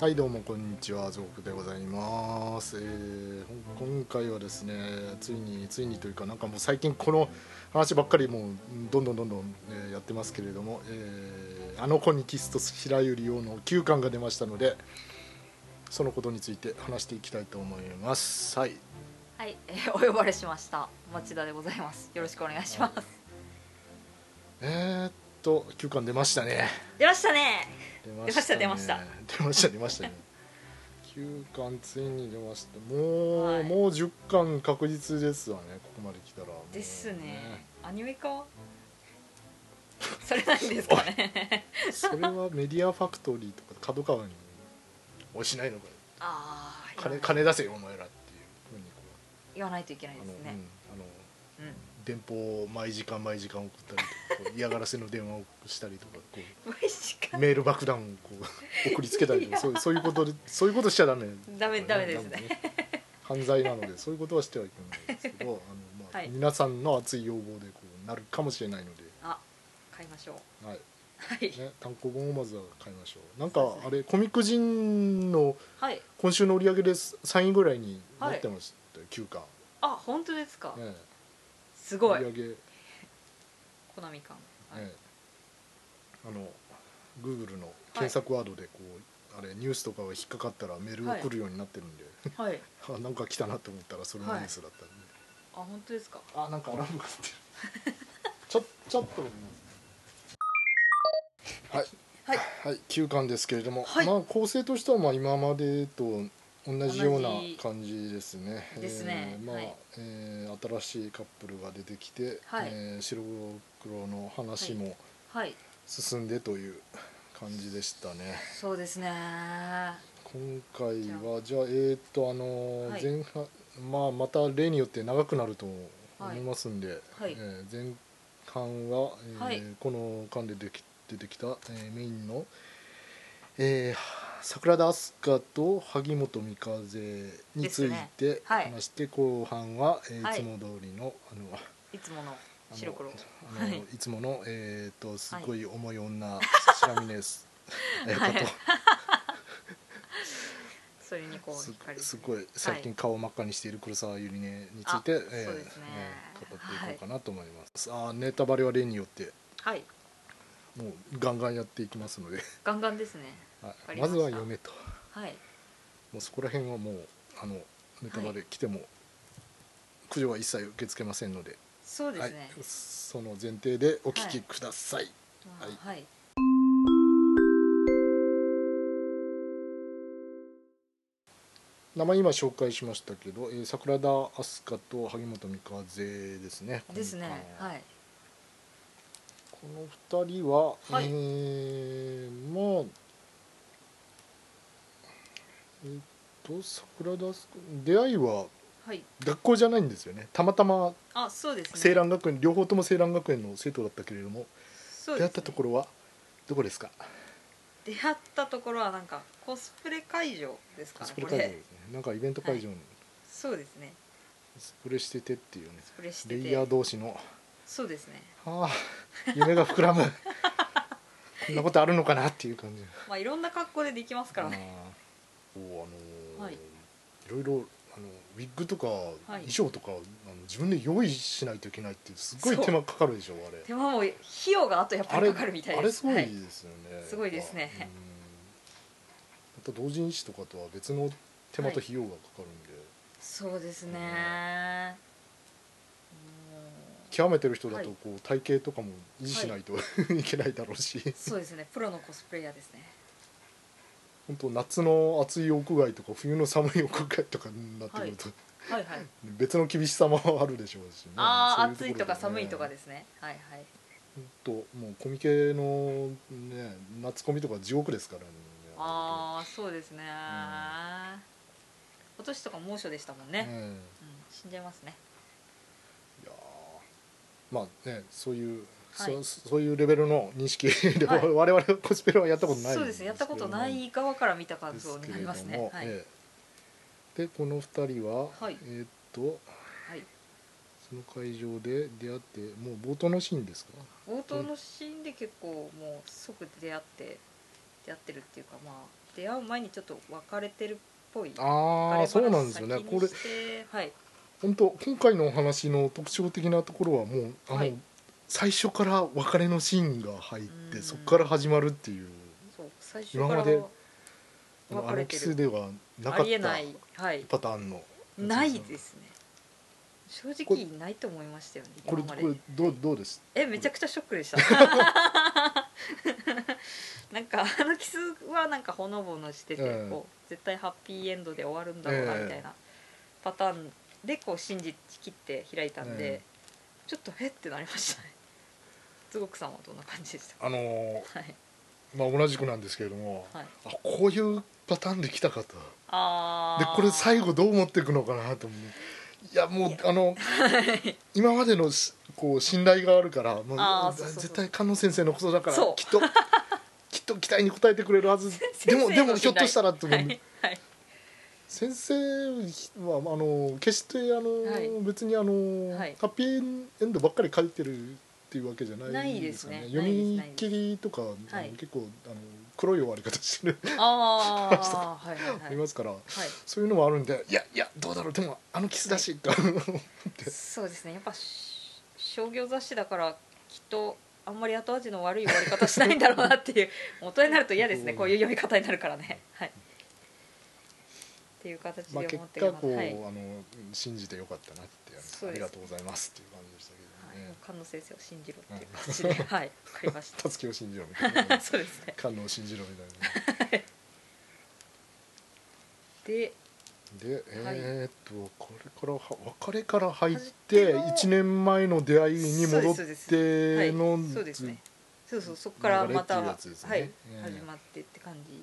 はいどうもこんにちはゾウでございます、えーほん今回はですねついについにというかなんかもう最近この話ばっかりもうどんどんどんどん、えーやってますけれども、えーあの子にキスと白百合をの9巻が出ましたのでそのことについて話していきたいと思いますはいはい、えー お呼ばれしました町田でございますよろしくお願いし ますえーっと9巻出ましたね出ましたね出出ました出ました出ましたね9巻ついに出ましたもう、はいもう10巻確実ですわねここまで来たらもうですねアニメ 化されないんですかねねそれはメディアファクトリーとか角川においしないのかよああ金金出せよお前らっていうふうにこ言わないといけないうであの、すうんね、あのうん電報を毎時間毎時間送ったりとかこう嫌がらせの電話をしたりとかこう無理しかメール爆弾をこ う送りつけたりとかそうそういうことでそういうことしちゃダメダメダメですねダメ犯罪なのでそういうことはしてはいけないです けどあの、まあはい皆さんの熱い要望でこうなるかもしれないので、あ買いましょうはいはいね、単行本をまずは買いましょうなんかそうですねあれコミック人のはい今週の売り上げで3位ぐらいになってましたよ、9巻、あ本当ですか、ね、すご売いり上げ、ねコナミ感、はいあの Google の検索ワードでこう、あれニュースとかが引っかかったらメールが来るようになってるんで、はいあなんか来たなと思ったらそれのニュースだったんで、あ本当ですかあなんかアラームが鳴ってる ちょちょっとはいはいはい9巻ですけれども、はいまあ構成としてはまあ今までと同じような同じ感じですねですねえーまあ、はいえー新しいカップルが出てきて、はいえー白黒の話もはい進んでという感じでしたね、そうですね今回はじゃあえー、っとあのーはい前半、まあまた例によって長くなると思いますんで、はいえー前半は、えーはいこの間ででき出てきた、えーメインの、えー桜田明日香と萩本美風についてねはい話して、後半は、えーはいいつも通りのあのいつものあの白黒あの、はいい、つものえー、っとすごい重い女、白峰です。えーことそれにこうす光すごい最近顔を真っ赤にしている黒沢ゆりねについて、あえーそうですねえー語っていこうかなと思います、あーネタバレは例によってはいもうガンガンやっていきますの で、ガンガンですねはかい、りまましたずは読めとはいもうそこら辺はもうあのネタバレ来ても苦情は一切受け付けませんのでそうですはいね、、その前提でお聞きください、まあはい名前今紹介しましたけど、えー桜田明日香と萩本美風ですねですねいはいこの二人は、はいえーまあえっと桜田明日香出会いははい学校じゃないんですよねたまたまあそうですね青蘭学園、両方とも青蘭学園の生徒だったけれども、そうで出すね会ったところはどこですか出会ったところはなんかコスプレ会場ですかコねスプレこ会場ですれねなんかイベント会場にそうですねコスプレしててっていうねコスプレしてレてイヤー同士のそうですねああ夢が膨ら むこんなことあるのかなっていう感じまあいろんな格好でできますからねあーおーあのーはいい、ろいろあのウィッグとかい衣装とか、あの自分で用意しないといけないってすごいそう手間かかるでしょあれ手間も費用があとやっぱありれかかるみたいであれすすごいはですよね、すごいですねやっぱうんまた同人誌とかとは別の手間と費用がかかるんで、そうですねもう極めてる人だはいとこう体型とかも維持しないと、い、けないだろうし そうですねプロのコスプレイヤーですね本当夏の暑い屋外とか冬の寒い屋外とかになってくると、はいはい別の厳しさもあるでしょうしね、ああそ暑ううろいでねとか寒いとかですねはいはい本当もうコミケのね夏コミとか地獄ですからねああそうですんね、今年とか猛暑でしたもんえね、えうん、死んじゃいますねいやーまあねそういう、はいそそういうレベルの認識で、はい我々はコスプレはやったことないそうですねやったことなでい側から見たけ感れど想もになりますねはい、ええでこの2人は、はいえーっとはい、その会場で出会ってもう冒頭のシーンですか冒頭のシーンで結構もう即出会って出会ってるっていうかまあ出会う前にちょっと別れてるっぽいああ別れそ話うなんですよね先にこれしてはい本当今回のお話の特徴的なところはもうあの、はい最初から別れのシーンが入ってうんそこから始まるっていうそう最初から今まであの別れアキてるスではなあかっりえたないはいパターンのないですね正これ直ないと思いましたよねこれ今こまでれどうどうですえめちゃくちゃショックで したなんかあのキスはなんかほのぼのしてて、うんこう絶対ハッピーエンドで終わるんだろうなええみたいなパターンでこう信じきって開いたんで、ええちょっとへってなりましたねつごくさんはどんな感じでしたあのーはいまあ同じくなんですけれども、はいあこういうパターンで来たかとあでーこれ最後どう思っていくのかなと思ういやもういやあの今までのしこう信頼があるからもうあーそうそうそう絶対菅野先生のことだからそうきっ ときっと期待に応えてくれるはずでもで先生の信頼もひょっとしたらと思う、はいはい先生はあの決してあの、はい別にあの、はいハッピーエンドばっかり書いてるっていうわけじゃなないいでですすよねね読み切りとか、あのはい結構あの黒い終わり方してる、ああはいはいあ はりい、ますから。はいそういうのもあるんでいやいやどうだろうでもあのキスだし、とそうですねやっぱし商業雑誌だからきっとあんまり後味の悪い終わり方しないんだろうなっ ていう元になると嫌ですねこういう読み方になるからねはいっていう形 まあで結思って果るこう、はい、はいあの信じてよかったなっていうそうですありがとうございますっていう感じでしたけどね菅野先生を信じろっていう形ではいわかりましたつきを信じろみたいな たそうですね観音を信じろみたでいなではいえーっとこれからは別れから入っ初てめの1年前の出会いに戻っそうですそうての、はいそうですねそうそうそこからまた流れっていうやつですねはいええ始まってって感じ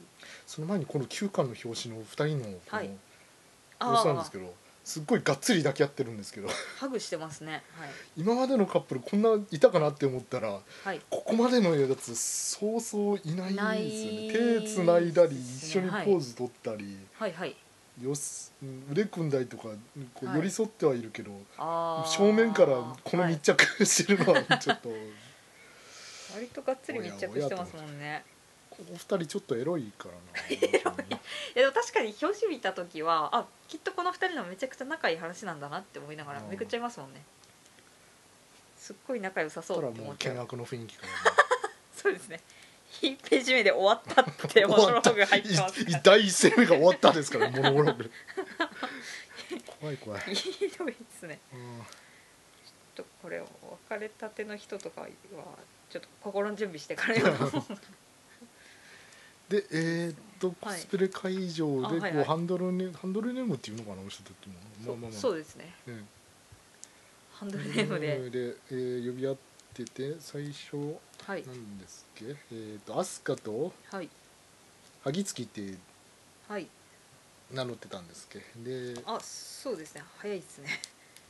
その前にこの9巻の表紙の2人のこはいの様子なんであすけど、すっごいがっつり抱き合ってるんですけど あハグしてますねはい今までのカップルこんないたかなって思ったらはいここまでのやつそうそういないんいですないよね手つないだりで一すね緒にポーズ取ったり、はいはいよす腕組んだりとかこはうい寄り添ってはいるけど、あー正面からこのはい密着してるのはちょ っと、割とがっつり密着してますもんねこのお二人ちょっとエロいからないやでも確かに表紙見た時はあきっとこの二人のめちゃくちゃ仲いい話なんだなって思いながらうんめくっちゃいますもんねすっごい仲良さそそしうたらっても思うって険悪の雰囲気からそうですね1ページ目で終わったってモノローグ入ってますから第一声目が終わったですからモノロ ーグ怖い怖い、ひどいですねうんちょっとこれを別れたての人とかはちょっと心の準備してから 読むでえーっとコはいスプレ会場であこう、はいはいハンドルネハンドルネームっていうのかなあの人たちもまあまあまあそうですねねハンドルネーハンドルムでネームで、えー呼び合ってて最初はい何ですっけえーっとアスカとはい萩月ってはい名乗ってたんですっけであそうですね早いですね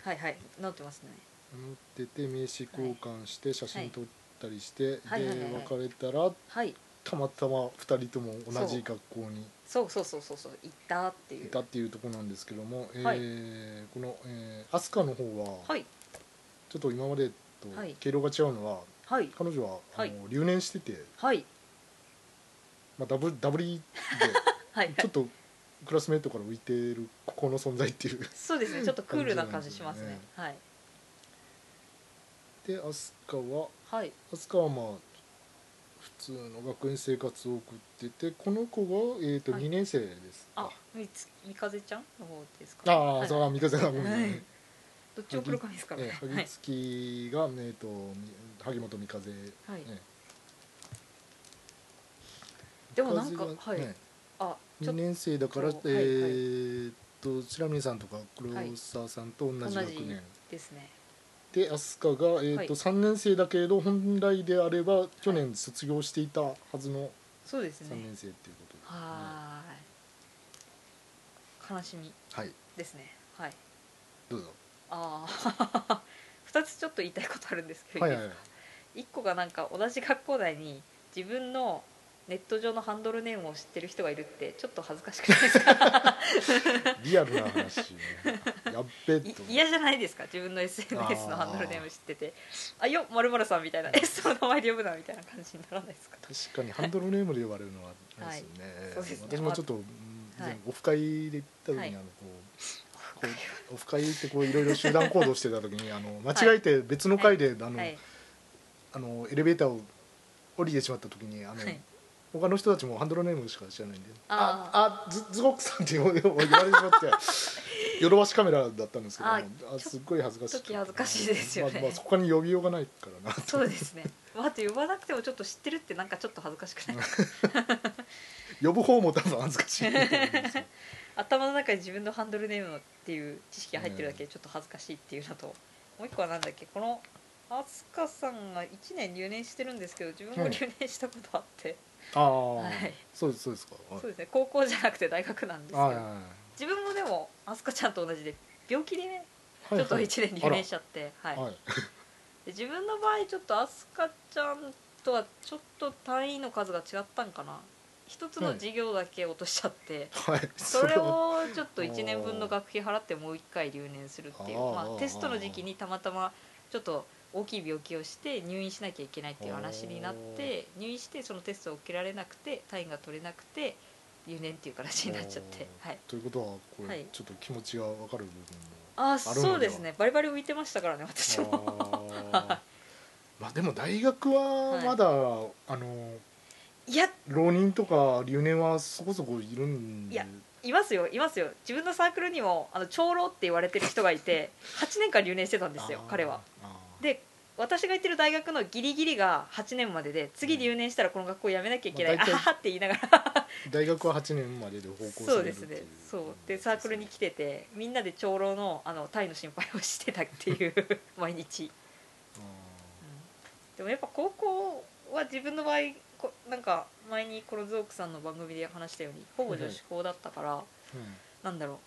はいはいなってますね名乗ってて名刺交換して写真撮ったりして、はいで、はいはいはい別れたらはいたまたま2人とも同じ学校にそうそうそうそうそう行ったっていいうたっていうところなんですけども、はいえーこの、えー、アスカの方は、はいちょっと今までとはい毛色が違うのは、はい彼女はあの、はい留年してて、はいまあ、ダブダブリ はいでちょっとクラスメートから浮いてるここの存在って いうそうですねちょっとクールな感じしますね感はいでアスカははいアスカはまあ普通の学園生活を送っててこの子が、えーとはい2年生ですあかみつ三風ちゃんの方ですあかあ、はいそうあ三笠さんごめんなさいはいどっちも黒髪ですからえねーは萩い月が、えー、とみ萩本三風、はいえーでもなんか三は風いねあ2ちょっと年生だから、そうえはいはいーっと白峰さんとか黒沢さんと同じ学同年、じですねで飛鳥が、えーっとはい3年生だけれど本来であれば去年卒業していたはずのそうです3ね年生っていうことですねはーい悲しみはいですねはいどうぞああ 二つちょっと言いたいことあるんですけどはいいいはですいか一個がなんか同じ学校内に自分のネット上のハンドルネームを知ってる人がいるってちょっと恥ずかしくないですかリアルな話 ねやっべえとい嫌じゃないですか自分の SNS のハンドルネーム知ってて「あよまるまるさん」みたいな「えその名前で呼ぶな」みたいな感じにならないですか確かにハンドルネームで呼ばれるのはあれですよね,、はいそうですね私もちょっと、はいうんオフ会で行った時に、はいあのこうこうオフ会ってこういろいろ集団行動してた時にあの間違えて別の階で、あの、はいあのエレベーターを降りてしまった時にあの、はい他の人たちもハンドルネームしか知らないんで「あああズズゴックさん」って言われてしま ってヨドバシカメラだったんですけどああすっごい恥ずかしいちょっと恥ずかしいですよねまあまあ、そこに呼びようがないからなそうですね待って呼ばなくてもちょっと知ってるってなんかちょっと恥ずかしくない呼ぶ方も多分恥ずかしいと思うん ですよ頭の中に自分のハンドルネームっていう知識が入ってるだけでちょっと恥ずかしいっていうのと、もう一個はなんだっけこの飛鳥さんが1年留年してるんですけど自分も留年したことあって、ああ、はいそうですそうですかはいそうですね高校じゃなくて大学なんですけど、はいはいはい自分もでも飛鳥ちゃんと同じで病気でねはいちょっと1年留年しちゃって、はいはいで自分の場合ちょっと飛鳥ちゃんとはちょっと単位の数が違ったんかな一つの授業だけ落としちゃって、はいそれはをちょっと1年分の学費払ってもう1回留年するっていうあーまあ、テストの時期にたまたまちょっと大きい病気をして入院しなきゃいけないっていう話になって入院してそのテストを受けられなくて単位が取れなくて留年っていう形になっちゃって、はい、ということはこれ、はいちょっと気持ちがわかる部分もあああるのではそうですねバリバリ浮いてましたからね私もあまあでも大学はまだ、あのいや浪人とか留年はそこそこいるんでいやいますよいますよ自分のサークルにもあの長老って言われてる人がいて8年間留年してたんですよあー彼は。あーで私が行ってる大学のギリギリが8年までで次留年したらこの学校辞めなきゃいけない、まあ大体あははって言いながら大学は8年までで方向そうですねそうでサークルに来来ててみんなで長老のあの単位の心配をしてたっていう 毎日、うんでもやっぱ高校は自分の場合こなんか前にコロズオークさんの番組で話したようにほぼ女子校だったから、なんだろ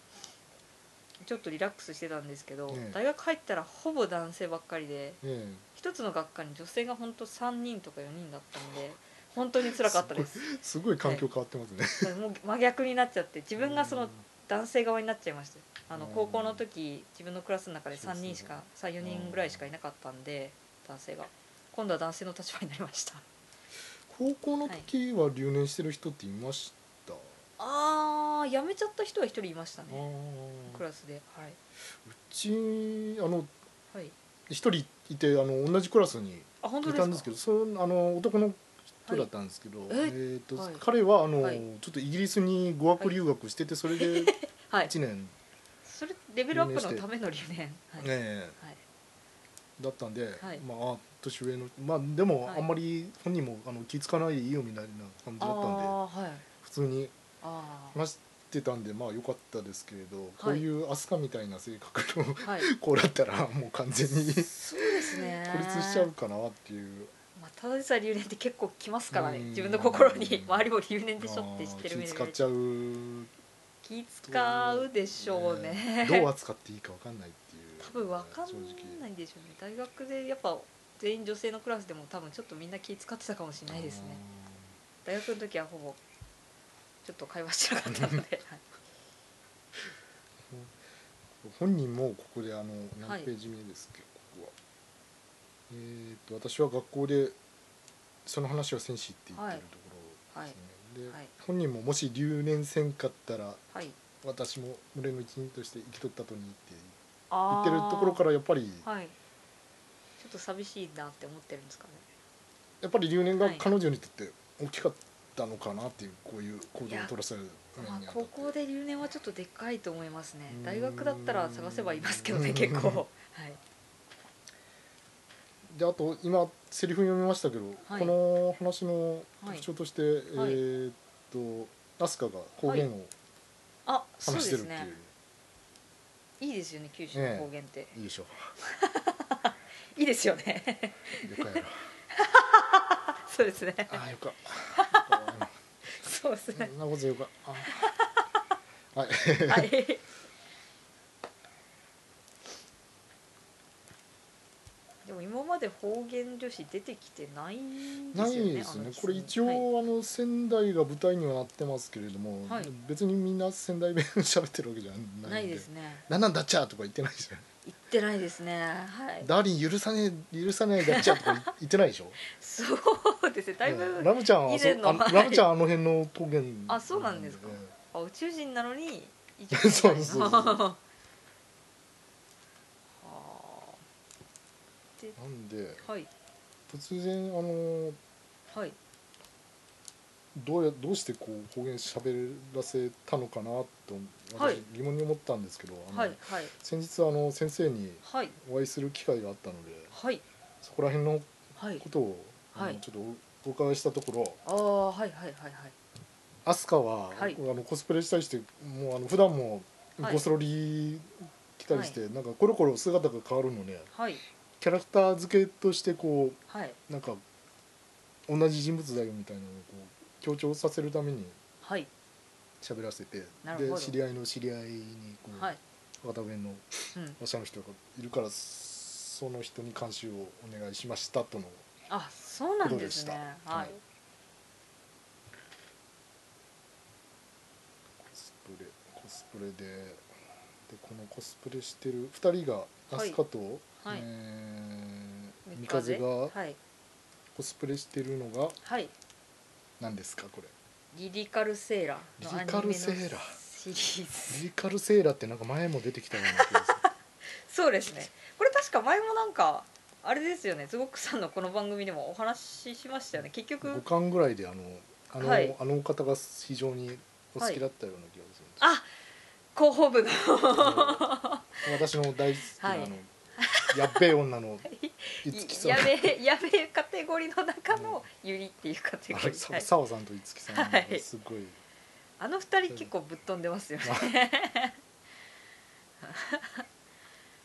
うちょっとリラックスしてたんですけど、うん大学入ったらほぼ男性ばっかりでえ一つの学科に女性が本当3人とか4人だったので本当に辛かったですえすごい環境変わってますね、もう真逆になっちゃって自分がその男性側になっちゃいましたあのうん高校の時自分のクラスの中で3人しか34ね人ぐらいしかいなかったんで男性が今度は男性の立場になりました高校の時は留年してる人っていました、あー辞めちゃった人は1人いましたあねークラスではい、うちあのはい、一人いてあの同じクラスにあ本当いですたかんですけどそのあの男の人だったんですけど、いええーとはい彼はあの、はいちょっとイギリスに語学留学してて、それではい1年、それレベルアップのための留年はい、ねえはいだったんで、はいまああ年上のまあでもはいあんまり本人もあの気付かないいいよみたいな感じあだったんで、あーはい普通にあ話してたんでまあ良かったですけれど、こういう飛鳥みたいな性格のーはい子だったら もう完全に孤そうですね立しちゃうかなっていう まあ、ただでさえ留年って結構きますからねうん自分の心に 周りを留年でしょって知ってるあー目気で使っちゃう気使うでしょうねどう扱っていいか分かんないっていう多分わかん正な直いでしょうね大学でやっぱ全員女性のクラスでも多分ちょっとみんな気使ってたかもしれないですね大学の時はほぼちょっと会話してなかったの ではいあー本人もここであのは何いページ目ですっけ、どここはえー、と私は学校でその話を戦士って言ってるところですね、で、はいはい本人ももし留年せんかったらはい私も群れの一員として生きとったとにって言あってるところかららやっぱりはいちょっと寂しいなって思ってるんですかねやっぱり留年がはい彼女にとって大きかったのかなっていうこういう行動を取らせるまあにあたっ高て校で留年はちょっとでっかいと思いますねうん大学だったら探せばいますけどね結 構はいであと今セリフ読みましたけど、はいこの話の特徴として、えーっと飛鳥が方言をあそう話しでてするっていう,、ねいいいですよね九州の方言って、いでしょいいですよね よかやろそうですねああよかそうですそねんな ことよかあーはいはいでも今までで方言女子出てきてないんでないすよねですあねの地これ一応、はいあの仙台が舞台にはなってますけれども、はい別にみんな仙台弁喋ってるわけじゃないんでないですねなんなんだっちゃーとか言ってないですよね行ってないですねはいダーリン許さねえ許さねえだっちゃーとか言ってないでしょそうですねだいぶ、うんラムちゃんは以前のそあはいラムちゃんはあの辺の方言あそうなんですかえあ宇宙人なのに そうそうそう はあえなんではい突然あのはいどうやどうしてこう方言喋らせたのかなとはい私疑問に思ったんですけど、あのはいはい先日あの先生にはいお会いする機会があったのではいそこら辺のはいことを、あのはいちょっとおお伺いしたところああはいはいはいはいアスカは、はいあのコスプレしたりしてもうあの普段もはいゴスロリ着たりして、なんかコロコロ姿が変わるので、はいキャラクター付けとしてこはいうなんか同じ人物だよみたいなのをこう強調させるためにはい喋らせてでなるほど知り合いの知り合いにこう、はい若田弁のうん話者の人がいるからその人に監修をお願いしましたとのあそうなんですねたははいいコスプレコスプレででこのコスプレしてる2人がアはいスカと、はいえー、三風がはいコスプレしてるのがはい何ですかこれリリカルセーラーのアニメのリリカルセーラーシリーズリリカルセーラーってなんか前も出てきたような気がするそうですねこれ確か前もなんかあれですよねズゴックさんのこの番組でもお話ししましたよね結5局巻ぐらいであのあの,、はいあのお方が非常にお好きだったような気がするんですあ広報部の 私の大好きなあの、はいやっべえ女 のいつきさんやべえやべえカテゴリーの中のゆりっていうカテゴリあー、はいさおさんといつきさんがはいすごい、あの二人結構ぶっ飛んでますよね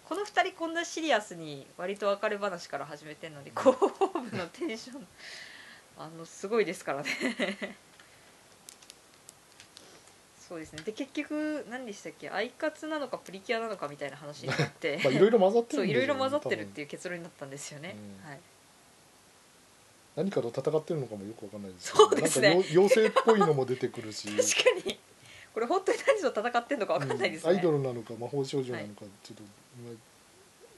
この二人こんなシリアスに割と別れ話から始めてんのに広報部のテンションあのすごいですからね そうですねで結局何でしたっけアイカツなのかプリキュアなのかみたいな話になってまあ、いろいろ混ざって そるういでろしいょろうね混ざってるっ多分ていう結論になったんですよね、うんはい何かと戦ってるのかもよくわかんないですけそうですねなんかよ妖精っぽいのも出てくるし 確かにこれ本当に何と戦ってんのか分かんないですね、うんアイドルなのか魔法少女なのか、ちょっと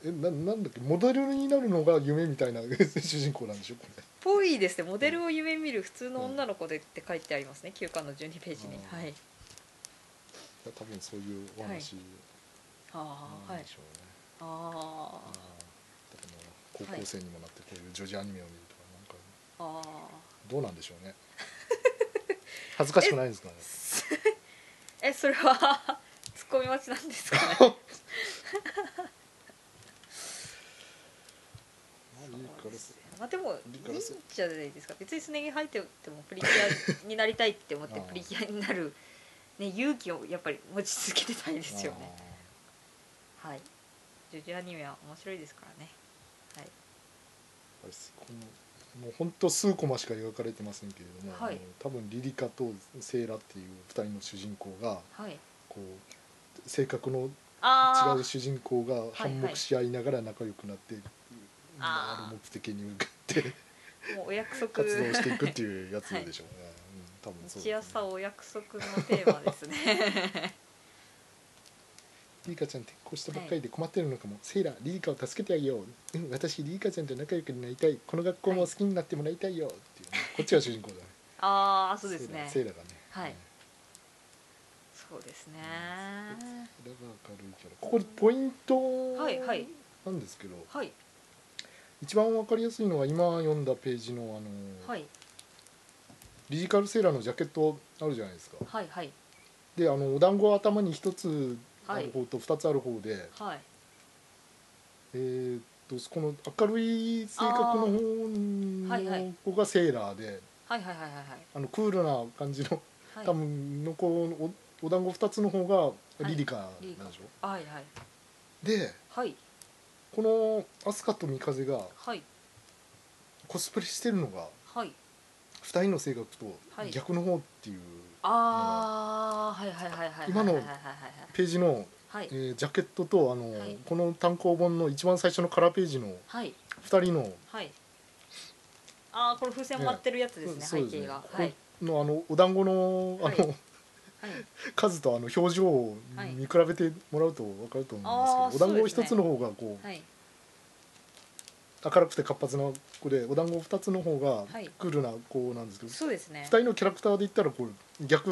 今えななんだっけモデルになるのが夢みたいな 主人公なんでしょこれぽいですねモデルを夢見る普通の女の子でって書いてありますね9巻の12ページにうんはい多分そういうお話ああなんはいでしょうね、あうんだから高校生にもなってこういう女児アニメを見るとかなんかーあどうなんでしょ うね恥ずかしくないんですかねーえそれは ツッコミ待ちなんですかねいいからさまあでも理いい解んするじゃないですか別にすね毛入っててもプリキュアになりたいって思ってあープリキュアになる、ね、勇気をやっぱり持ち続けてたいですよねはいジョジョアニメは面白いですからねはいあーこのもう本当数コマしか描かれてませんけれども、はいあの多分リリカとセイラっていう二人の主人公がはいこう性格のああ違う主人公が反目し合いながら仲良くなって、あーある目的に向かってもうお約束活動していくっていうやつでしょ うね、うん、多分そう日です朝ねお約束のテーマですねリリカちゃん転校したばっかりで困ってるのかも、セイラリリカを助けてあげよう、うん、私リリカちゃんと仲良くなりたいこの学校も好きになってもらいたいよっていうね、こっちが主人公だね ああそうですねセイラセイラがねはいうんそうですねだから明るいキャラここでポイントはいはいなんですけど、はい一番わかりやすいのは今読んだページの、あのはいリリカルセーラーのジャケットあるじゃないですかはいはいであのお団子は頭に一つあはいる方と二つある方で、はいえーっとこの明るい性格のあーは方いはいの子がセーラーで、はいはいはいはいあのクールな感じのはい多はい分の子おお団子二つの方がリリカなんリでリカしょ、はいはいではいこのアスカとミカゼがはいコスプレしてるのがはい二人の性格とはい逆の方っていうああはいはいはいはい今のはいはいはいページの、はいえージャケットとあの、はいこの単行本の一番最初のカラーページのはい2人のはいああこれ風船割ってるやつですね、そう背です景ねが、こはいのあのお団子のあの、ははい数とあの表情をはい見比べてもらうと分かると思うんですけど、あーお団子そうですね1つの方がこうはい明るくて活発な子でお団子2つの方がはいクールな子なんですけど、そうですね2人のキャラクターで言ったらこう逆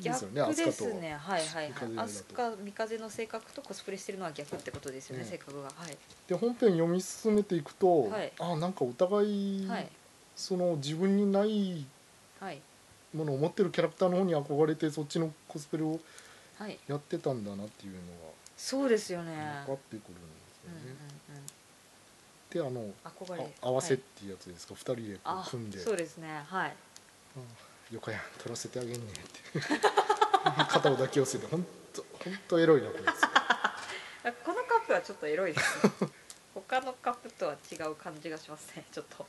ですよね逆飛で鳥とすは。ねはいはい風はだいとアスカ三風の性格とコスプレしてるのは逆ってことですよね、ね性格がはいで本編読み進めていくと、はいあなんかお互い、はいその自分にないはいものを持ってるキャラクターの方に憧れてそっちのコスプレをはいやってたんだなっていうのそうですよねが分かってくるんうんうんですうんよね。で憧あれのあ合わせっはいていうやつですか、二2人でこあう組んでそうですねはいよかやん取らせてあげんねんって肩を抱き寄せて本当本当エロいなこいつあこのカップはちょっとエロいですね 他のカップとは違う感じがしますねちょっと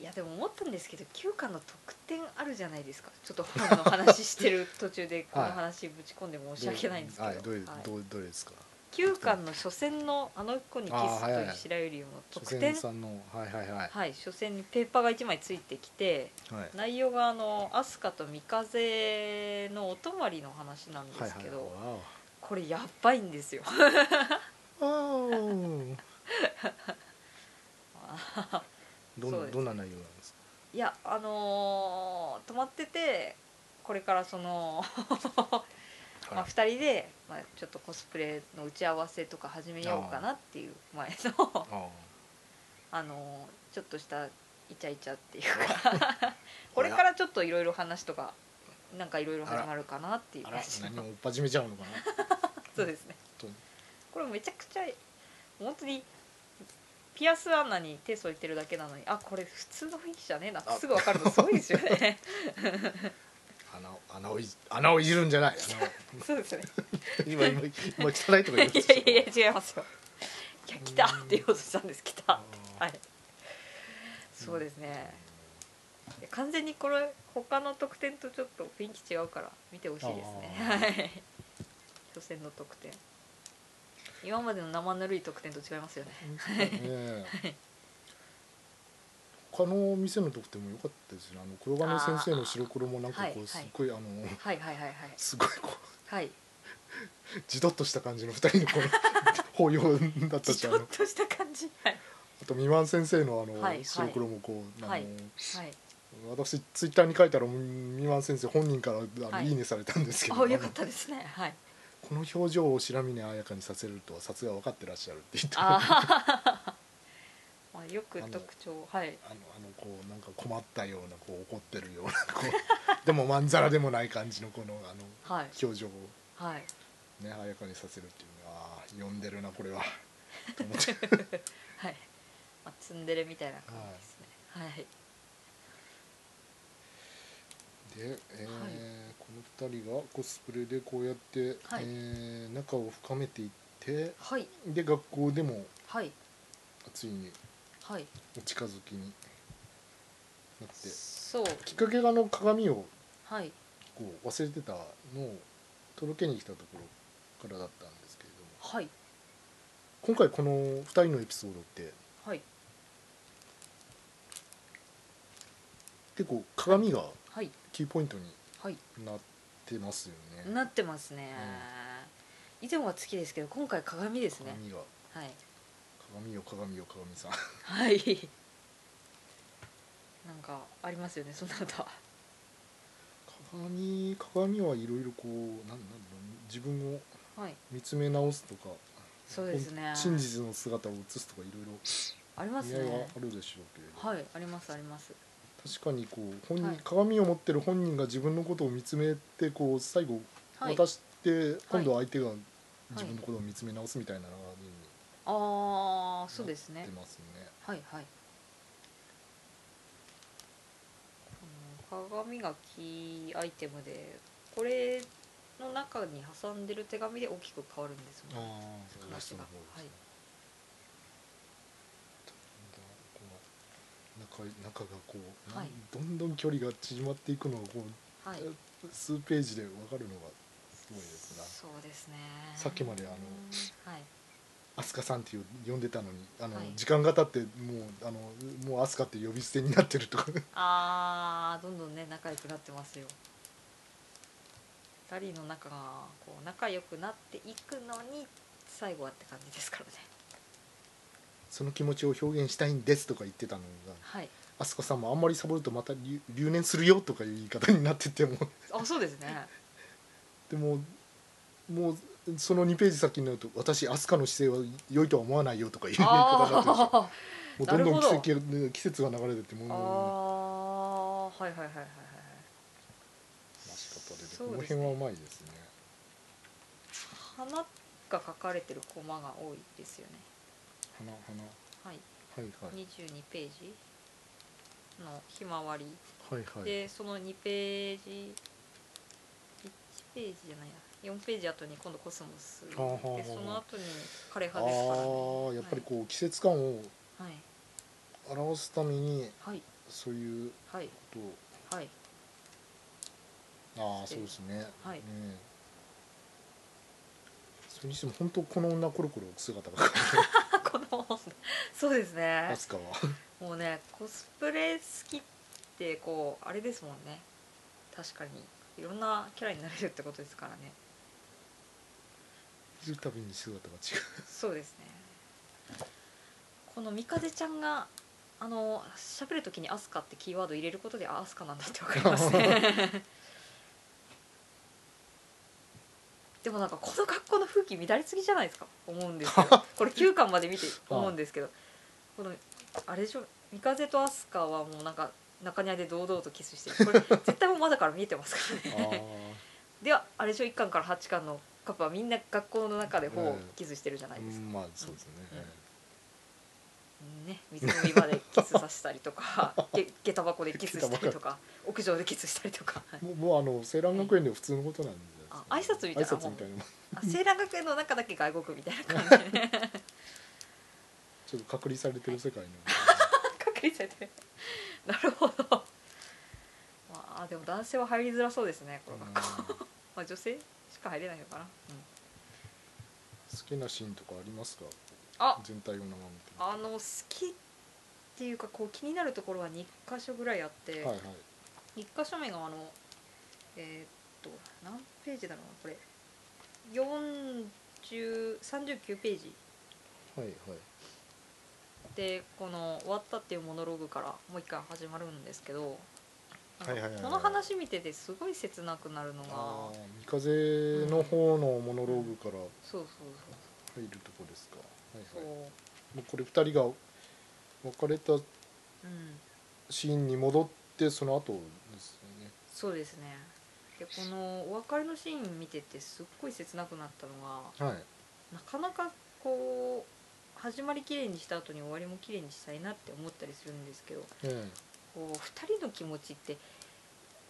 いやでも思ったんですけど9巻の特典あるじゃないですかちょっと本の話してる途 中でこの話ぶち込んで 申し訳ないんですけど、はいどういうはいどうどれですか9巻の初戦の「あの子にキス」とあーはいいうはい白百合の初特典さんのはいはいはいはい初戦にペーパーが1枚ついてきてはい内容があの飛鳥と三風のお泊まりの話なんではいすはけいど、わこれやばいんですよ おわおどそうでんすどんな内容なんですかいやあのー泊まっててこれからその、まあ、2人で、まあ、ちょっとコスプレの打ち合わせとか始めようかなっていう前の ああのーちょっとしたイチャイチャっていう かこれからちょっといろいろ話とかなんかいろいろ始まるかなっていうあ感らじ何を追っ始めちゃうのかなそうですね本これめちゃくちゃ本当にピアス穴に手添えてるだけなのにあこれ普通の雰囲気じゃねえなってすぐ分かるのすごいですよ ね当に穴を穴をい穴をいじるんじゃ ないそうですね穴を今今今汚いとか言ういやいやいや違いますよいや来たって言おうとしたんです来たはいそうですねいや完全にこれ他の得点とちょっと雰囲気違うから見てほしいですねあーはい初戦の得点今までの生ぬるい得点と違いますよねね他の店の特典も良かったですねあの黒金先生の白黒もなんかあーこはういすっごいあのはいはいはいはいすごいこはい、うじどっとした感じの二人のこ の抱擁だったしちあょのっとした感じはいあと未満先生のあの、はいはい白黒もこうあの、はいはい私ツイッターに書いたら未満先生本人からあの、はいい、いねされたんですけどあよかったですねはい この表情を白峰彩香にさせるとはさすが分かってらっしゃるって言ってあー まあよく特徴はいあのあのこうなんか困ったようなこう怒ってるようなこう でもまんざらでもない感じのこのあのはい表情をはい ね華やかにさせるっていうのはああ読んでるなこれはと思ってはい、まあ、ツンデレみたいな感じですねはい、で、えーこの2人がコスプレでこうやって、はいえー仲を深めていってはいで学校でもはいついにはいお近づきになってそうきっかけがあの鏡をはいこう忘れてたのを届けに来たところからだったんですけれどもはい今回この2人のエピソードってはい結構鏡がはいキーポイントにはいなってますよね。なってますね、以前は月ですけど今回鏡ですね鏡がはい鏡よ鏡よ鏡さんはいなんかありますよねそんな歌鏡鏡はいろいろこうなんなんだろう自分をはい見つめ直すとかそうですね真実の姿を映すとかいろいろあります意味合いねはあるでしょうけれど、はいありますあります確かにこう本人、はい鏡を持ってる本人が自分のことを見つめてこう最後はい渡して、今度は相手が自分のことを見つめ直すみたいなのにああそうですなっねてますね。はいはいこの鏡がキーアイテムでこれの中に挟んでる手紙で大きく変わるんですもんああラス話トがの方はですねこの中中がこう、なんはいどんどん距離が縮まっていくのがこういはい数ページで分かるのがすごいですなそうですねさっきまであのはい飛鳥さんっていう呼んでたのにあの、はい時間が経ってもうあのもう飛鳥って呼び捨てになってるとか あーどんどんね仲良くなってますよ二人の仲がこう仲良くなっていくのに最後はって感じですからねその気持ちを表現したいんですとか言ってたのがはい飛鳥さんもあんまりサボるとまた留留年するよとかいう言い方になっててもあそうですねでももうその2ページ先になると私飛鳥の姿勢は良いとは思わないよとかいう言い方になってるし あもうどんどんなる季ほど節が季節が流れてってもうーあーはいはいはいはいはい仕方出てそこうのですね辺はうまいですね花が書かれてるコマが多いですよね花花はいはいはい22ページの「ひまわり」はいはいでその2ページ1ページじゃないや4ページ後に今度コスモスではあはあはあその後に枯れあ葉ですからねーやっぱりこう季節感をはい表すためにはいそういうはいことをはい ああそうですね、はいねえそれにしても本当この女コロコロ姿が変わあこの女そうでするねアスカはもうねコスプレ好きってこうあれですもんね確かにいろんなキャラになれるってことですからね見るたびに姿が違うそうですねこの三風ちゃんがあの喋るときに「アスカ」ってキーワード入れることで「あアスカ」なんだってわかりますね でもなんかこの格好の風紀乱れすぎじゃないですか思うんですけ どこれ9巻まで見て思うんですけどこのあれでしょ三風とアスカはもうなんか中庭で堂々とキスしてるこれ絶対もうまだから見えてますからね あではあれでしょ1巻から8巻のカップはみんな学校の中でほううんキスしてるじゃないですか、あまあそうですね、ね、水飲み場でキスさせたり とかげ下駄箱でキスしたりとか屋上でキスした りとかもうもうあのセーラン学園では普通のことなんで、あ挨拶みたいな挨拶みたいなもんあセーラー学園の中だけ外国みたいな感 じでねちょっと隔離されてる世界の、隠れちゃってなるほどまあでも男性は入りづらそうですねこの学校、うん好まあ、女性しか入れないのかな、うんきなシーンとかありますかあ全体を眺めてあの好きっていうかこう気になるところは2箇所ぐらいあって、はいはい一箇所目があのえーっと何ページだろうなこれ4039ページはいはいでこの「終わった」っていうモノローグからもう一回始まるんですけどなんかはいはいはいはいこの話見ててすごい切なくなるのがああ三風の方のモノローグからそうそう入るとこですか、そうそはういはい、もうこれ二人が別れたうんシーンに戻ってその後ですよねそうですねでこのお別れのシーン見ててすっごい切なくなったのがはいなかなかこう始まりきれいにした後に終わりもきれいにしたいなって思ったりするんですけどえこう2人の気持ちって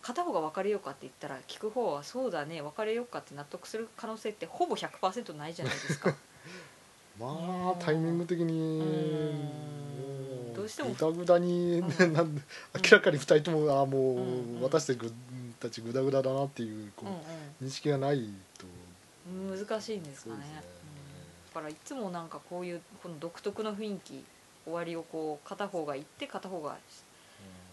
片方が別れようかって言ったら聞く方は「そうだね別れようか」って納得する可能性ってほぼ100%ないじゃないですかえまあタイミング的にうんどうしてもグダグダに、うんなんで明らかに二人ともああもう、うんうん私たちぐたちグダグダだなっていうこ うう、ん、認識がないとうん、難しいんですかそうねですねうん、だからいつもなんかこういうこの独特の雰囲気終わりをこう片方が言って片方が、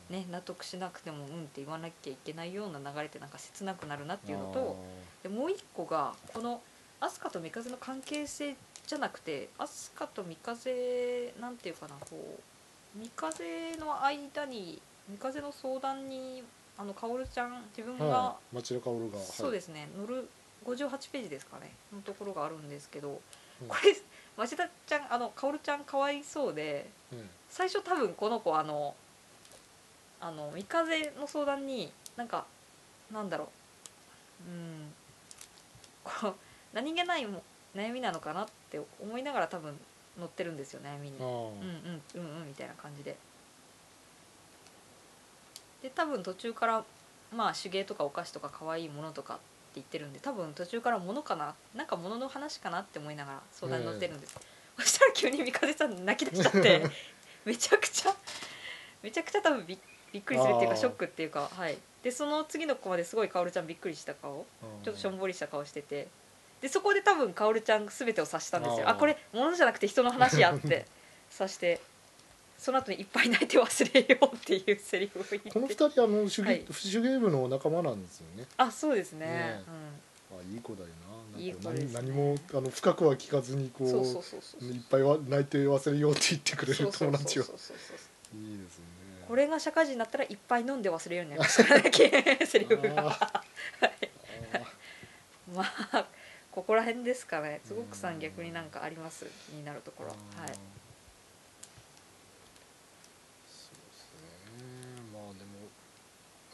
ね、納得しなくても「うん」って言わなきゃいけないような流れってなんか切なくなるなっていうのと。でもう一個がこの飛鳥と三風の関係性じゃなくて飛鳥と三風なんていうかなこう三風の間に三風の相談にあの薫ちゃん自分あーが、はい町田薫が、そうですすね乗る58ページですかねのところがあるんですけど、うんこれ町田ちゃんあの薫ちゃんかわいそうではいうん最初多分この子あのあの三風の相談になんかなんだろううんこう何気ないも悩みなのかなって思いながら多分乗ってるんですよ悩みにあうんーうんうんうんみたいな感じでで多分途中からまあ手芸とかお菓子とか可愛いものとかって言ってるんで多分途中から物かななんか物の話かなって思いながら相談に乗ってるんです、そしたら急に三風さん泣き出しちゃってめちゃくちゃめちゃくちゃ多分びっびっくりするっていうあーかショックっていうかはいでその次の子まですごい薫ちゃんびっくりした顔ちょっとしょんぼりした顔しててでそこで多分薫ちゃん全てを察したんですよあーあこれ物じゃなくて人の話やって 察してその後にいっぱい泣いて忘れようっていうセリフを言ってこの二人あの手芸,、はい手芸部の仲間なんですよねあそうですねねあいい子だよななんかいい子で何すね何もあの深くは聞かずにこう、うんそうそうそうそういっぱいは泣いて忘れようって言ってくれそるうそう友達そうはそうそうそういいですねこれが社会人になったらいっぱい飲んで忘れるようになりまし たからねセリフがあーあまあここら辺ですかねすごくさん逆になんかあります気になるところはーいそうですねまあでも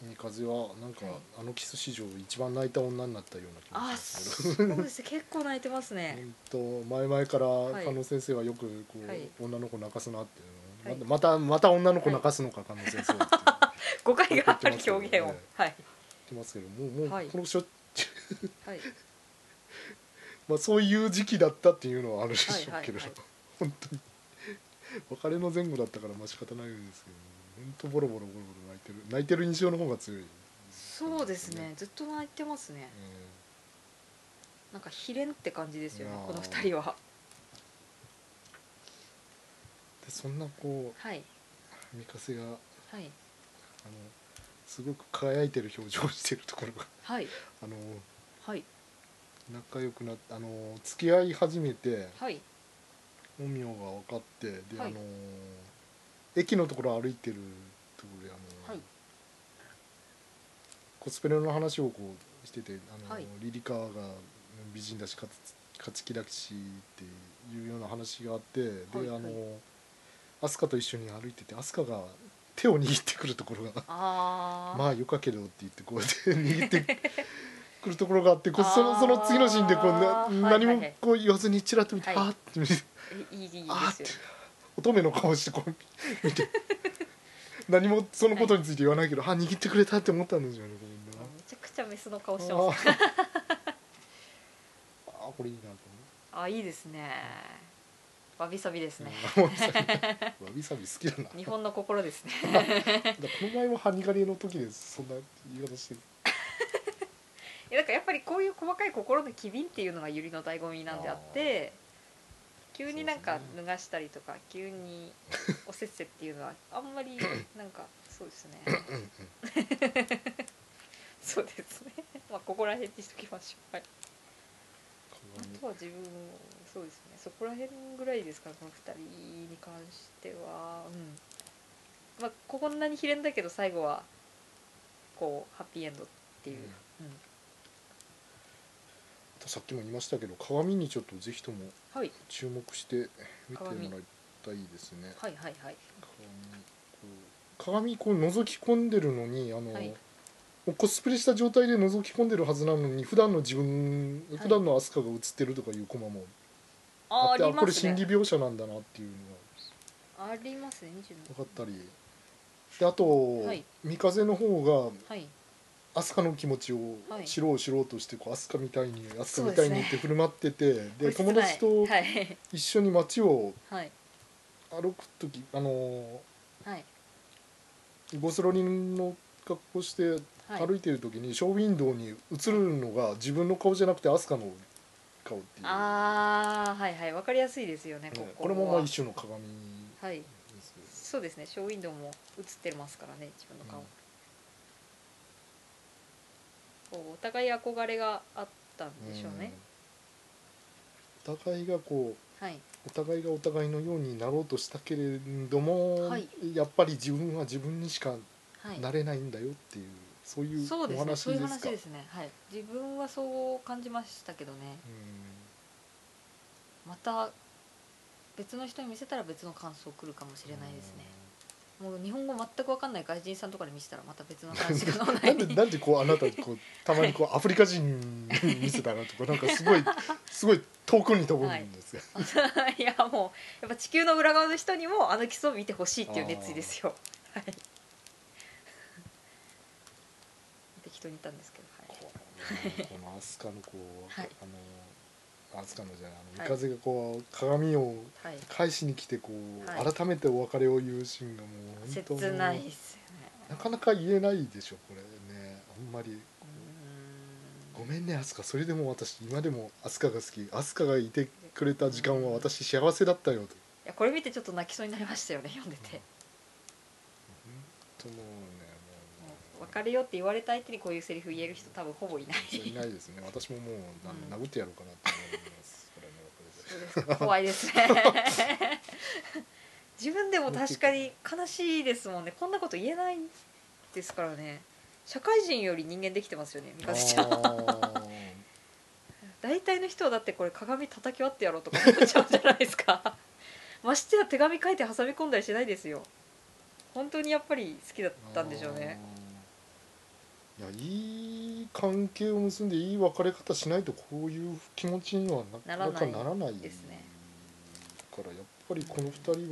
三風はなんかあのキス史上一番泣いた女になったような気があするそうですね結構泣いてますね本当前々からい加納先生はよくこう、はい女の子泣かすなっていうのはいをまたまた女の子泣かすのか、加納先生はって言っ誤解がある表現を、えはい、てますけどもうも はいうこのしょ、はい、まあ、そういう時期だったっていうのはあるでしょうけれど、はいはいはい本当に 別れの前後だったからまあ仕方ないんですけど本当ボロボロボロボロ泣いてる泣いてる印象の方が強い、そうですねずっと泣いてますねえなんかひれんって感じですよねあーこの二人はーでそんなこはい三笠があのはいすごく輝いてる表情をしてるところが はいあのはい仲良くなっあの付き合い始めてはい本名が分かってで、はいあの駅のところ歩いてるところであの、はいコスプレの話をこうしててあの、はいリリカが美人だし勝つ勝ち気だしっていうような話があってで、はいあのはいアスカと一緒に歩いててアスカが手を握ってくるところがあー、まあよかけどって言ってこうやって握ってくるところがあってこうそあのーその次のシーンでこうなはいはいはい何もこう言わずにちらっと見て、はいあーって見てえいいいいであーっすてよ乙女の顔してこう見て何もそのことについて言わないけど、あ握ってくれたって思ったんですよねこめれちゃくちゃメスの顔してなあます ーあーこれいいなと思あいいですねわびさびですねううんわびさ びわびさび好きだな日本の心ですねだからこの前もハニガリの時でそんな言い方してるいやだからやっぱりこういう細かい心の機敏っていうのがゆりの醍醐味なんであって急になんかそう脱がしたりとか、急におせっせっていうのはあんま りなんかそうですねそうですねまあここら辺にしときましょう、はい、あとは自分そうですねそこら辺ぐらいですかねこの2人に関してはうんまあこんなにひれんだけど最後はこうハッピーエンドっていう、うん、さっきも言いましたけど鏡にちょっとぜひともはい注目して見てもらいたいですねはいはいはい鏡こう鏡こう覗き込んでるのにあの、はいコスプレした状態で覗き込んでるはずなのに普段の自分、はい普段の飛鳥が映ってるとかいうコマもあーあってりこまれす心理ね描写なんだなっていうのありますね27が分かったりであと、はい三風の方はいが飛鳥の気持ちをはい知ろう知ろうとしてこう飛鳥みたいに飛そう鳥でみたいにすねって振る舞っててでこ友れ達と切ないはい一緒に街をはい歩く時あのはいゴスロリンの格好してはい歩いてる時にショーウィンドウに映るのが自分の顔じゃなくてアスカの顔っていうああはいはいわかりやすいですよねねここれもまあは一種の鏡ではいすよそうですねショーウィンドウも映ってますからね自分の顔、うんこうお互い憧れがあったんでしょうね、うんお互いがこうはいお互いがお互いのようになろうとしたけれども、はいやっぱり自分は自分にしかはいなれないんだよっていう、そういうおそうですね話そういうです話かですねはい自分はそう感じましたけどねまた別の人に見せたら別の感想来るかもしれないですね、もう日本語全く分かんない外人さんとかに見せたらまた別の話が脳な内んでになんでこうあなたこうたまにこうアフリカ人に見せたなとかなんかすご いすごい遠くに飛ぶんですが、 いやもうやっぱ地球の裏側の人にもあの基礎を見てほしいっていう熱意ですよはい 適当に言ったんですけどこはのこの飛鳥のこう、はいあの飛鳥のじゃないあはいの三風がこう鏡をい、はい、返しに来てこう、はい改めてお別れを言うシーンがもう本当切ないですよねなかなか言えないでしょこれねあんまりうーんごめんね飛鳥それでも私今でも飛鳥が好き飛鳥がいてくれた時間は私幸せだったよといやこれ見てちょっと泣きそうになりましたよね読んでてともうねもうもう別れよって言われた相手にこういうセリフ言える人多分ほぼいないそういないですね私ももうなうん殴ってやろうかなって思いますこれねこれで怖いですね自分でも確かに悲しいですもんねこんなこと言えないですからね社会人より人間できてますよね三笠ちゃんあ大体の人はだってこれ鏡叩き割ってやろうとか思っちゃうんじゃないですかましてや手紙書いて挟み込んだりしないですよ本当にやっぱり好きだっーたんでしょうねいやいい関係を結んでいい別れ方しないとこういう気持ちにはなならかななかいならないですねからやっぱりこの二人はうん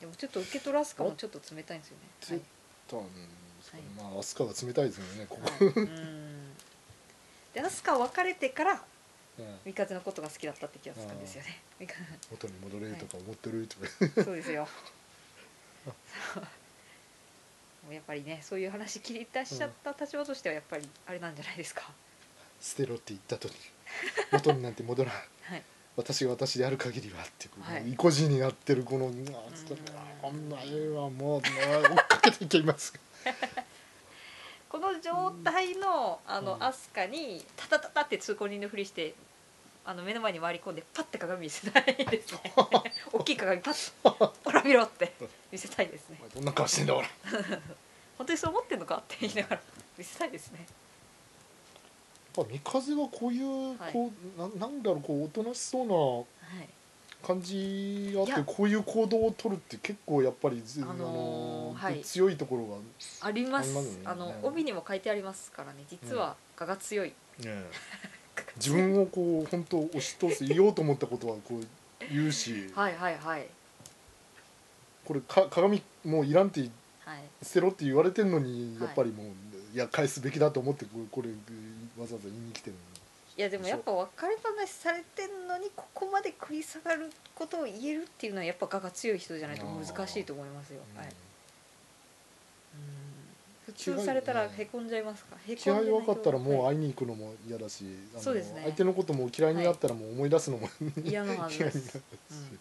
でもちょっと受け取らすかもちょっと冷たいんですよね、たんですよねまあ飛鳥が冷たいですよねここ、はいはい、うんでアスカ別れてからね三風のことが好きだったって気がつくんですよね。三元に戻れるとか思ってるとか、風そうですよ。もうやっぱりねそういう話切り出しちゃった立場としてはやっぱりあれなんじゃないですか。捨てろって言った時元になんて戻らん はい。私が私である限りはってこう、はい意固地になってるこの「あつったあんな絵はもうもう追っかけていけます」この状態のあの、うんアスカにタタタタって通行人のふりして。あの目の前に回り込んでパッて鏡見せたいで すね大きい鏡パッと「ほら見ろ」って見せたいですねお前どんな顔してんだ俺本当にそう思ってんのかって言いながら見せたいですねやっぱ三風はこういう、はいこうななんだろうこうおとなしそうはいな感じがあっいやてこういう行動を取るって結構やっぱりず、あのーあのーはい強いところが、あります。ありますよねあの帯にも書いてありますからね。実は我が強い。 ね、自分をこう本当押し通す言おうと思ったことはこう言うし、はいはいはいこれか鏡もういらんってはい。捨てろって言われてるのにはいやっぱりもう、い、や返すべきだと思ってここれわざわざ言いに来てるいやでもやっぱ別れ話されてんのにここまで食い下がることを言えるっていうのはやっぱ我が強い人じゃないと難しいと思いますよ。の、はい。うん普違うよ通ねされたらへこんじゃいますか。へこん気合い分かったらもうう会いに行くのも嫌だし、あのそうですね相手のことも嫌いになったらもう思い出すのも、嫌なはず嫌でいになるしす。、うん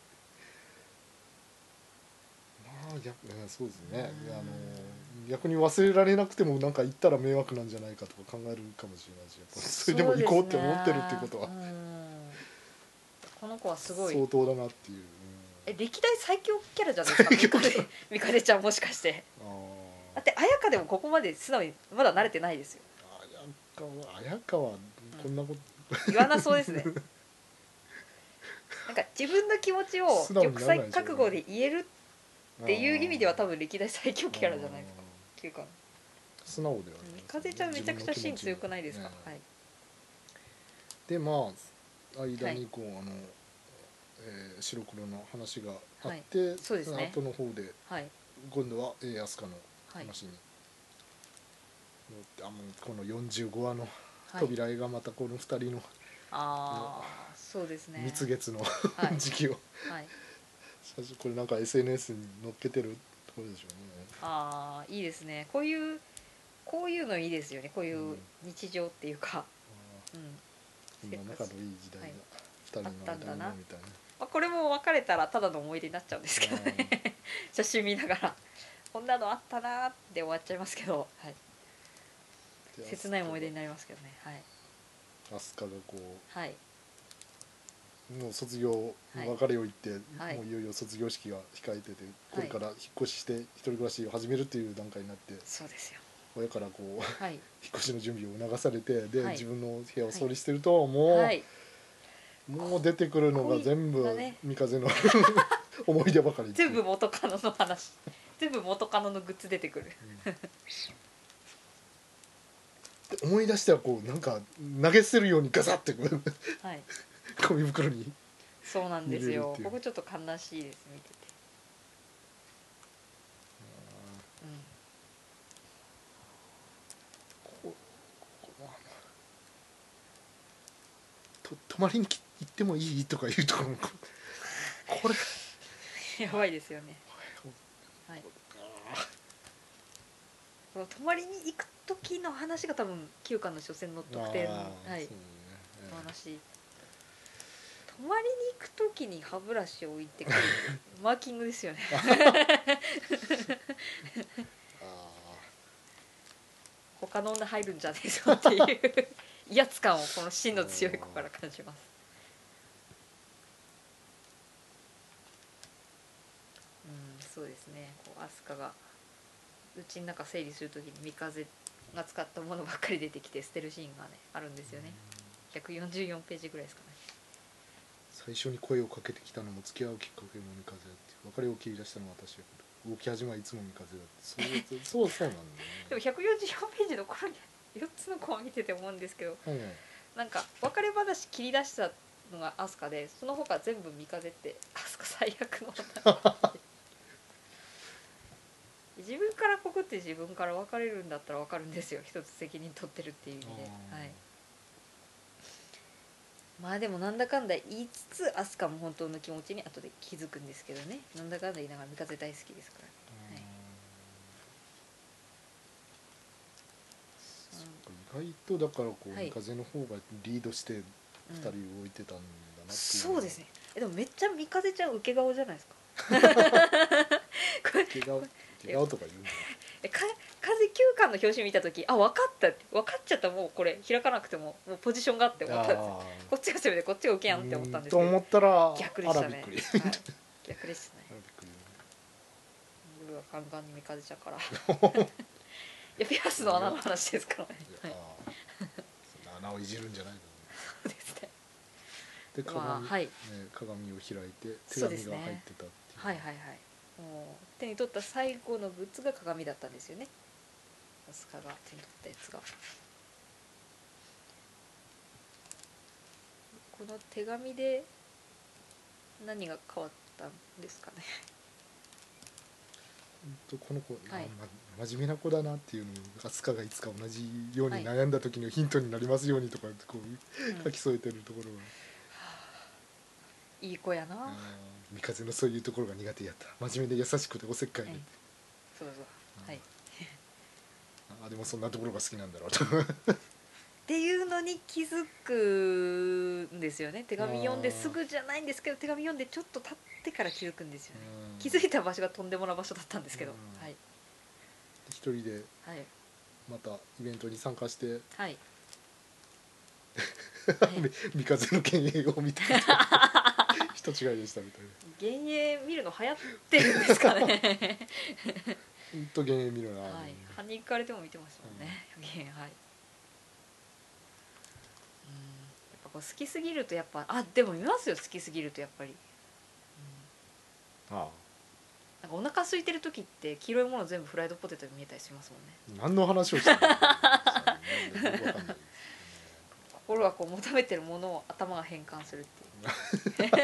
まあやっぱそうですね、うんあの逆に忘れられなくてもなんか行ったら迷惑なんじゃないかとか考えるかもしれないしやっぱそれでも行こうって思ってるっていうことはそうですねうんこの子はすごい相当だなっていう、うんえ歴代最強キャラじゃないですか最強ミカレミカレちゃんもしかしてあーだって綾香でもここまで素直にまだ慣れてないですよ綾香はこんなこと、言わなそうですねなんか自分の気持ちを素直にならない玉でしょ砕覚悟で言えるっていう意味では多分分歴代最強キャラじゃないですかっていうか素直ではありますね三風ちゃんめちゃくちゃ芯強くないですか、自分の気持ちがはねい、でまあ間にこう、あの、えー白黒の話があって、そうですね後の方ではい今度は、えー、飛鳥のはい話に、あもうこの45話のはい扉絵がまたこの2人のああそうですね蜜月の、はい 時期をはい写真これなんか SNS に載っけてるところでしょうね。ああいいですねこういうこういうのいいですよねこういう日常っていうか、うんこんな仲のいい時代がはい二人のあった間んだのなみたいな。まあ、これも別れたらただの思い出になっちゃうんですけど ね 写真見ながらこんなのあったなーって終わっちゃいますけど、はい、で切ない思い出になりますけどね飛鳥がこはい、はい、うもう卒業はい別れを言って、はいもういよいよ卒業式が控えてて、これから引っ越しして一人暮らしを始めるっていう段階になってそうですよ親からこう 引っはい越しの準備を促されてで、はい自分の部屋を掃除してると、もう、はいもう出てくるのが全部ここがね三風の 思い出ばかりっていう全部元カノの話全部元カノのグッズ出てくるで思い出してはこうなんか投げ捨てるようにガサッてこう はい紙袋にそうなんです見れるっよていうここちょっと悲しいです見てて、うん、ここここと泊まりにき行ってもいいとか言うとこもここれやばいですよね。はい。この泊まりに行く時の話が多分9巻の初戦の特典あーはいそうねの話泊まりに行く時に歯ブラシを置いてく るマーキングですよねえー他の女入るんじゃねえぞっていう威圧感をこの芯の強い子から感じますうんそうですねこうアスカがうちの中整理する時に三風が使ったものばっかり出てきて捨てるシーンがねあるんですよね144ページぐらいですかね最初に声をかけてきたのも付き合うきっかけも三風だって別れを切り出したのは私だけど動き始めはいつも三風だってそうそうそうなんだでも144ページの頃に4つの子を見てて思うんですけどよね、はいはい、なんか別れ話切り出したのがアスカでその他全部三風ってアスカ最悪の女自分から告って自分から別れるんだったら分かるんですよ一つ責任取ってるっていう意味で、あーはい、まあでもなんだかんだ言いつつアスカも本当の気持ちに後で気づくんですけどねなんだかんだ言いながら三風大好きですからういん意外とだからこう、はい三風の方がリードしてうん二人動いてたんだなっていう、そうですねえでもめっちゃ三風ちゃん受け顔じゃな いですか これ毛顔毛顔とか言うんだえか風休巻の表紙見た時あ分かったって分かっちゃったもうこれ開かなくてももうポジションがあって思ったんですあーこっちが攻めてこっちが受けやんって思ったんでうすけと思どったら逆でしたねあらびっくりあはい逆でしたねらびっくり僕はガンガンに三風ちゃん からいやピアスの穴の話ですからねいはやいあーそんな穴をいじるんじゃないのそうですねでう鏡,、わはいね、鏡を開いて手そうです紙ねが入ってたっていうはいはいはいもう手に取った最後のグッズが鏡だったんですよねアスカが手に取ったやつがこの手紙で何が変わったんですかねほんとこの子、あはいま真面目な子だなっていうのを飛鳥がいつか同じように悩んだ時のヒントになりますようにとかこう書き添えてるところが、うんいい子やな、あー三風のそういうところが苦手やった真面目で優しくておせっかいで、うんそうそうはいっあーでもそんなところが好きなんだろうとはいていうのに気づくんですよね手紙読んであーすぐじゃないんですけど手紙読んでちょっと経ってから気づくんですよね気づいた場所がとんでもない場所だったんですけどうんはい 一人ではいまたイベントに参加してはいみ三風の犬影を見て 人違いでしたみたいな幻影見るの流行ってるんです かねほんと幻影見るな、はい歯に行かれても見てましたもんね幻影はいうんやっぱこう好きすぎるとやっぱあでも見ますよ好きすぎるとやっぱり、うああん、なんかお腹空いてる時って黄色いもの全部フライドポテトに見えたりしますもんね何の話をしてるのよくわか んない心はこう求めてるものを頭が変換するっていうあ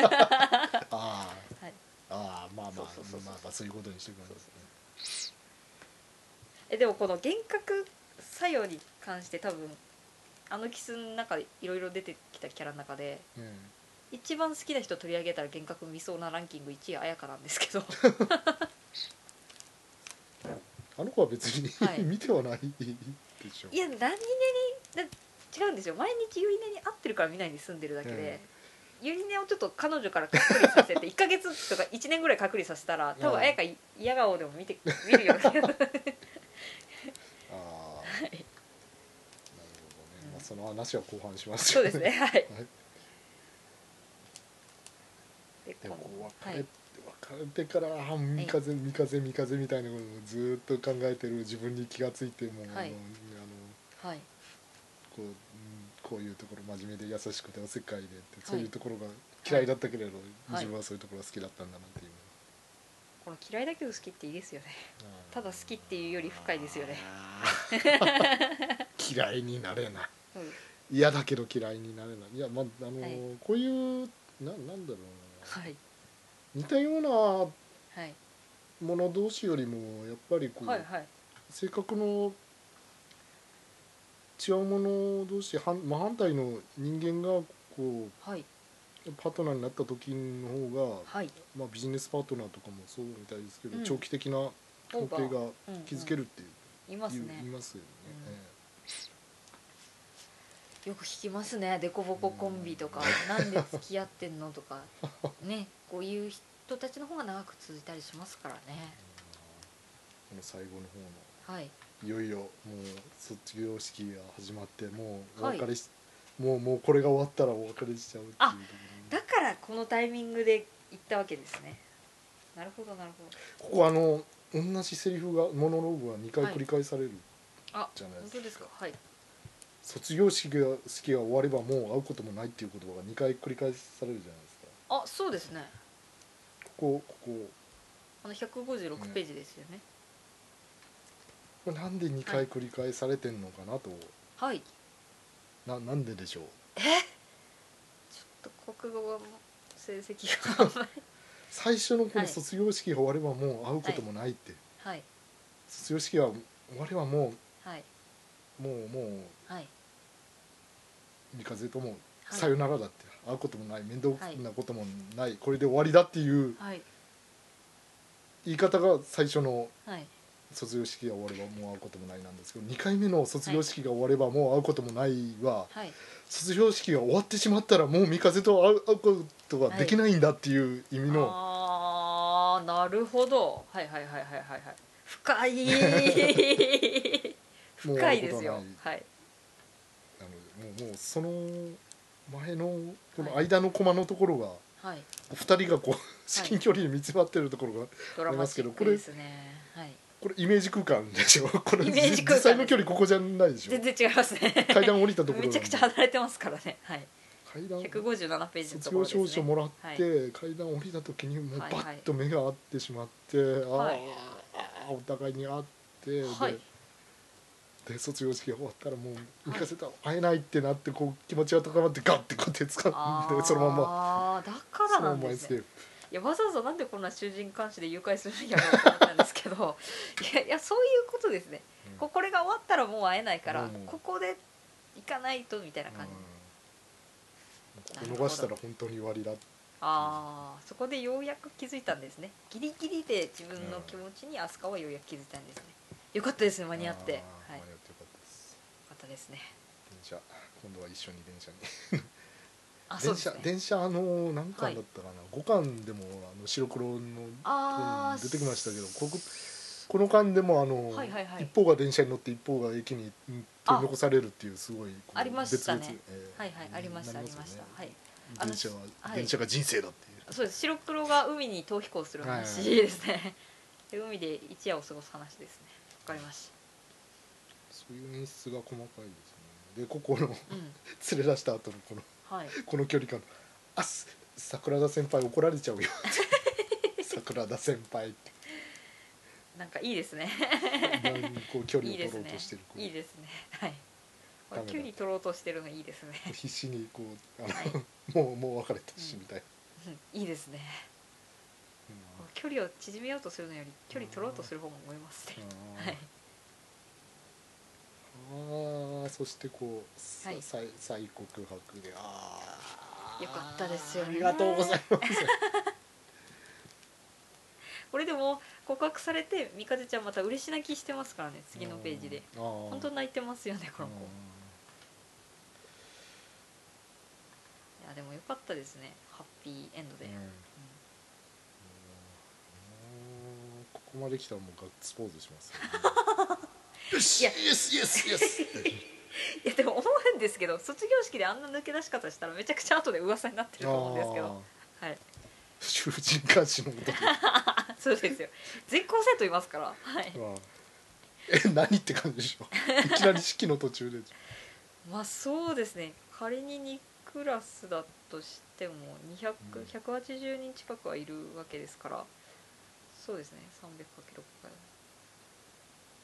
あ、はいああまあまあそうそうそうそうまあまあそういうことにしてくれるんですねえでもこの幻覚作用に関して多分あのキスの中でいろいろ出てきたキャラの中でえ一番好きな人取り上げたら幻覚見そうなランキング1位は綾香なんですけどえあの子は別に、はい 見てはないでしょ いや何気にな違うんですよ毎日ゆりねに会ってるから見ないで住んでるだけで、ゆりねをちょっと彼女から隔離させて1 ヶ月とか1年ぐらい隔離させたら多う分ん綾香い嫌顔でも見て見るよね ああ、なるほどね、まあ、その話は後半しますそうですねははいい。ででもこうは別いれ、別れてからあー三風三風三風みたいなことをずーっと考えてる自分に気がついてもう、はいあのあのはいこううんこういうところ真面目で優しくておせっかいでって、そういうところが嫌いだったけれど、はい自分はそういうところが好きだったんだなっていう、この嫌いだけど好きっていいですよねあーただ好きっていうより深いですよねあー嫌いになれないうん嫌だけど嫌いになれないいやまああの、はいこういうななんだろうなはい似たようなはいもの同士よりもやっぱりこう、はいはい性格の違うもの同士反真反対の人間がこはいうパートナーになった時の方が、はいまあ、ビジネスパートナーとかもそうみたいですけど、うん長期的な関係がうんうん築けるっていう、うんいます言うね言いますよね、うんえよく聞きますね「デコボココンビ」とか「なんで付き合ってんの?」と かねこういう人たちの方が長く続いたりしますからねえこの最後の方のはいいよいよもう卒業式が始まってもうおはい別れし、もうもうこれが終わったらお別れしちゃうっていうとこあだからこのタイミングで行ったわけですねなるほどなるほどろここあの同じセリフがモノローグが2回はい繰り返されるあじゃないで本すか,、当ですかはい卒業式が式が終わればもう会うこともないっていう言葉が2回繰り返されるじゃないですかあそうですねここここあの156ページですよねこれなんで2は回い繰り返されてんのかなと、はいちななんででしょうょっと国語の成 績があんまり最初のこはのい卒業式が終わればもう会うこともないって、はい卒業式が終わればもはいうもうもうはい三風ともはいさよならだって、会うこともない面倒はいなこともない、これで終わりだっていうはい言い方が最初のはい卒業式が終わればもう会うこともないなんですけど2回目の卒業式が終わればもう会うこともないは、はい卒業式が終わってしまったらもう三風と会う会うことができないんだっていう意味の、あーなるほどはいはいはいはいはいはい深い もう深いです会うよことははいなのでもうもうその前のこの間のコマのところが、はいお二人がこう至近距離で見つまってるところが、 ドラマチックですねはいこれイメージ空間でしょこれイメージ空間実際の距離ここじゃないでしょ全然違いますね階段降りたところめちゃくちゃ離れてますからねはい階段157ページのと卒こ業ろですね証書もらって、階段降りた時にもうバはいはいッと目が合ってしまって、はいあーあーお互いに会って、はいでで卒業式が終わったらもう行かせた、会えないってなってこう気持ちが高まってガッてこう手掴 んでそのまままだかそらのなまんまエでスすケねープいやわざわざなんでこんな囚人監視で誘拐するんやろうと思ったんです けどいやいやそういうことですね、うんここれが終わったらもう会えないから、うんここで行かないとみたいな感じ、うんここ逃したら本当に終わりだああそこでようやく気づいたんですねギリギリで自分の気持ちに飛鳥はようやく気づいたんですねよかったですね間に合ってあーはい間よに合ってよかったですかったですね電車今度は一緒に電車にあそ電うです車ね電車あの何巻だったかな、五巻でもあの白黒のあー出てきましたけどこここの巻でもあの、はいはいはい一方が電車に乗って一方が駅にうん取り残されるっていうすごいこうありましたね別々えーはいはいありましたなありよねました、はいあの電車は、はい電車が人生だっていうそうです白黒が海に逃避行する話ですね、で海で一夜を過ごす話ですねわかりましそういう演出が細かいですねでここのたうん連れ出した後のこのはいこの距離感あす桜田先輩怒られちゃうよ 桜田先輩ってなんかいいですねこう距離いをいで取ろうすねとしてるこういいですねはいこダメれだ距離取ろうとしてるのいいですね必死にこうあの、はい もうもう別れたしうんみたいうんいいですねな、距離を縮めようとするのより距離取ろうとする方も思いますねはいあーそしてこう、さはい再再告白でああよかったですよねありがとうございますこれでも告白されて三風ちゃんまた嬉し泣きしてますからね次のページで本本当泣いてますよねこの子いやでもよかったですねハッピーエンドで、うんここまで来たらもうガッツポーズし ますよ、よしイいエやスイエスイエ スっていやでも思うんですけど卒業式であんな抜け出し方したらめちゃくちゃ後で噂になってると思うんですけどはい囚人監視のことあそうですよ全校生徒いますからはいはえ何って感じでしょいきなり式の途中でまあそうですね仮に2クラスだとしてもうん200180人近くはいるわけですからそうですね 300×6 回う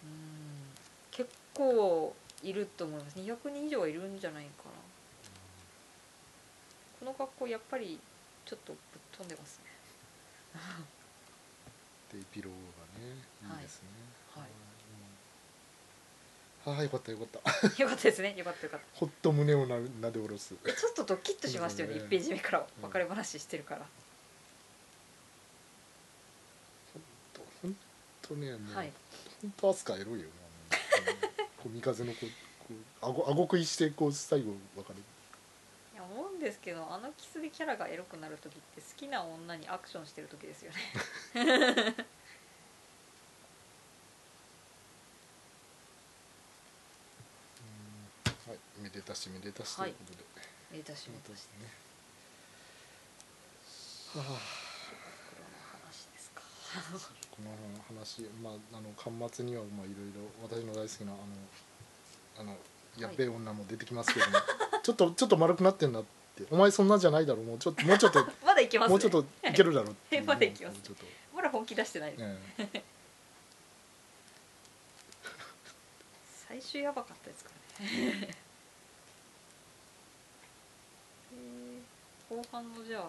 ーん結構いると思います200人以上はいるんじゃないかなこの学校やっぱりちょっとぶっ飛んでますねでエピローグがねいいですねはいはい、うんあーよかったよかった よかったですねよかったよかったほっと胸をななで下ろすえちょっとドキッとしましたよねそうだね1ページ目からうん別れ話してるから、本当ねもう、はい本当アスカエロいよねこう三風のこうこう顎顎食いしてこう最後別れるいや思うんですけどあのキスでキャラがエロくなる時って好きな女にアクションしてる時ですよねうんはいめでたしめでたしとはいいうことで、えたしそうめでとしすてね黒の話ですかこの話、まあ、あの巻末にはまあいろいろ私の大好きなあのあのやっべえ女も出てきますけども、 ちょっとちょっと丸くなってんなってお前そんなじゃないだろうもうちょっともうちょっとまだい けます、ね、もうちょっといけるだろう っていうまだいきますもうちょっとまだ本気出してないです、ええ最終やばかったですからね えー後半のじゃあ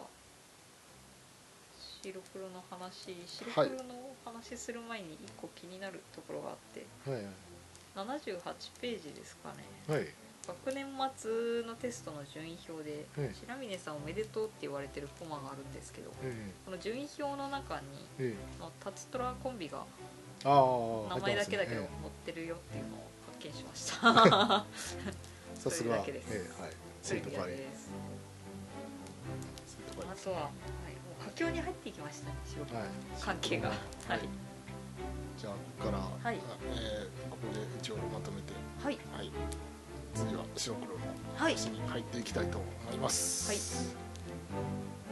白黒の話白黒の話する前に一個気になるところがあって、はい78ページですかねはいはい学年末のテストの順位表でええ「白峰さんおめでとう」って言われてるコマがあるんですけどえこの順位表の中にえええのタツトラコンビがああ名前だけだけど入載ってまってるよっていうのを発見しま した。すねええさすがそれだけですええはい生徒会です生徒あ会とは、はい、もう佳境に入っていきましたね白黒、はい関係がはいじゃあここから、はあえいえここで一応まとめてはいはい次は白黒のはい話に入っていきたいと思います、はい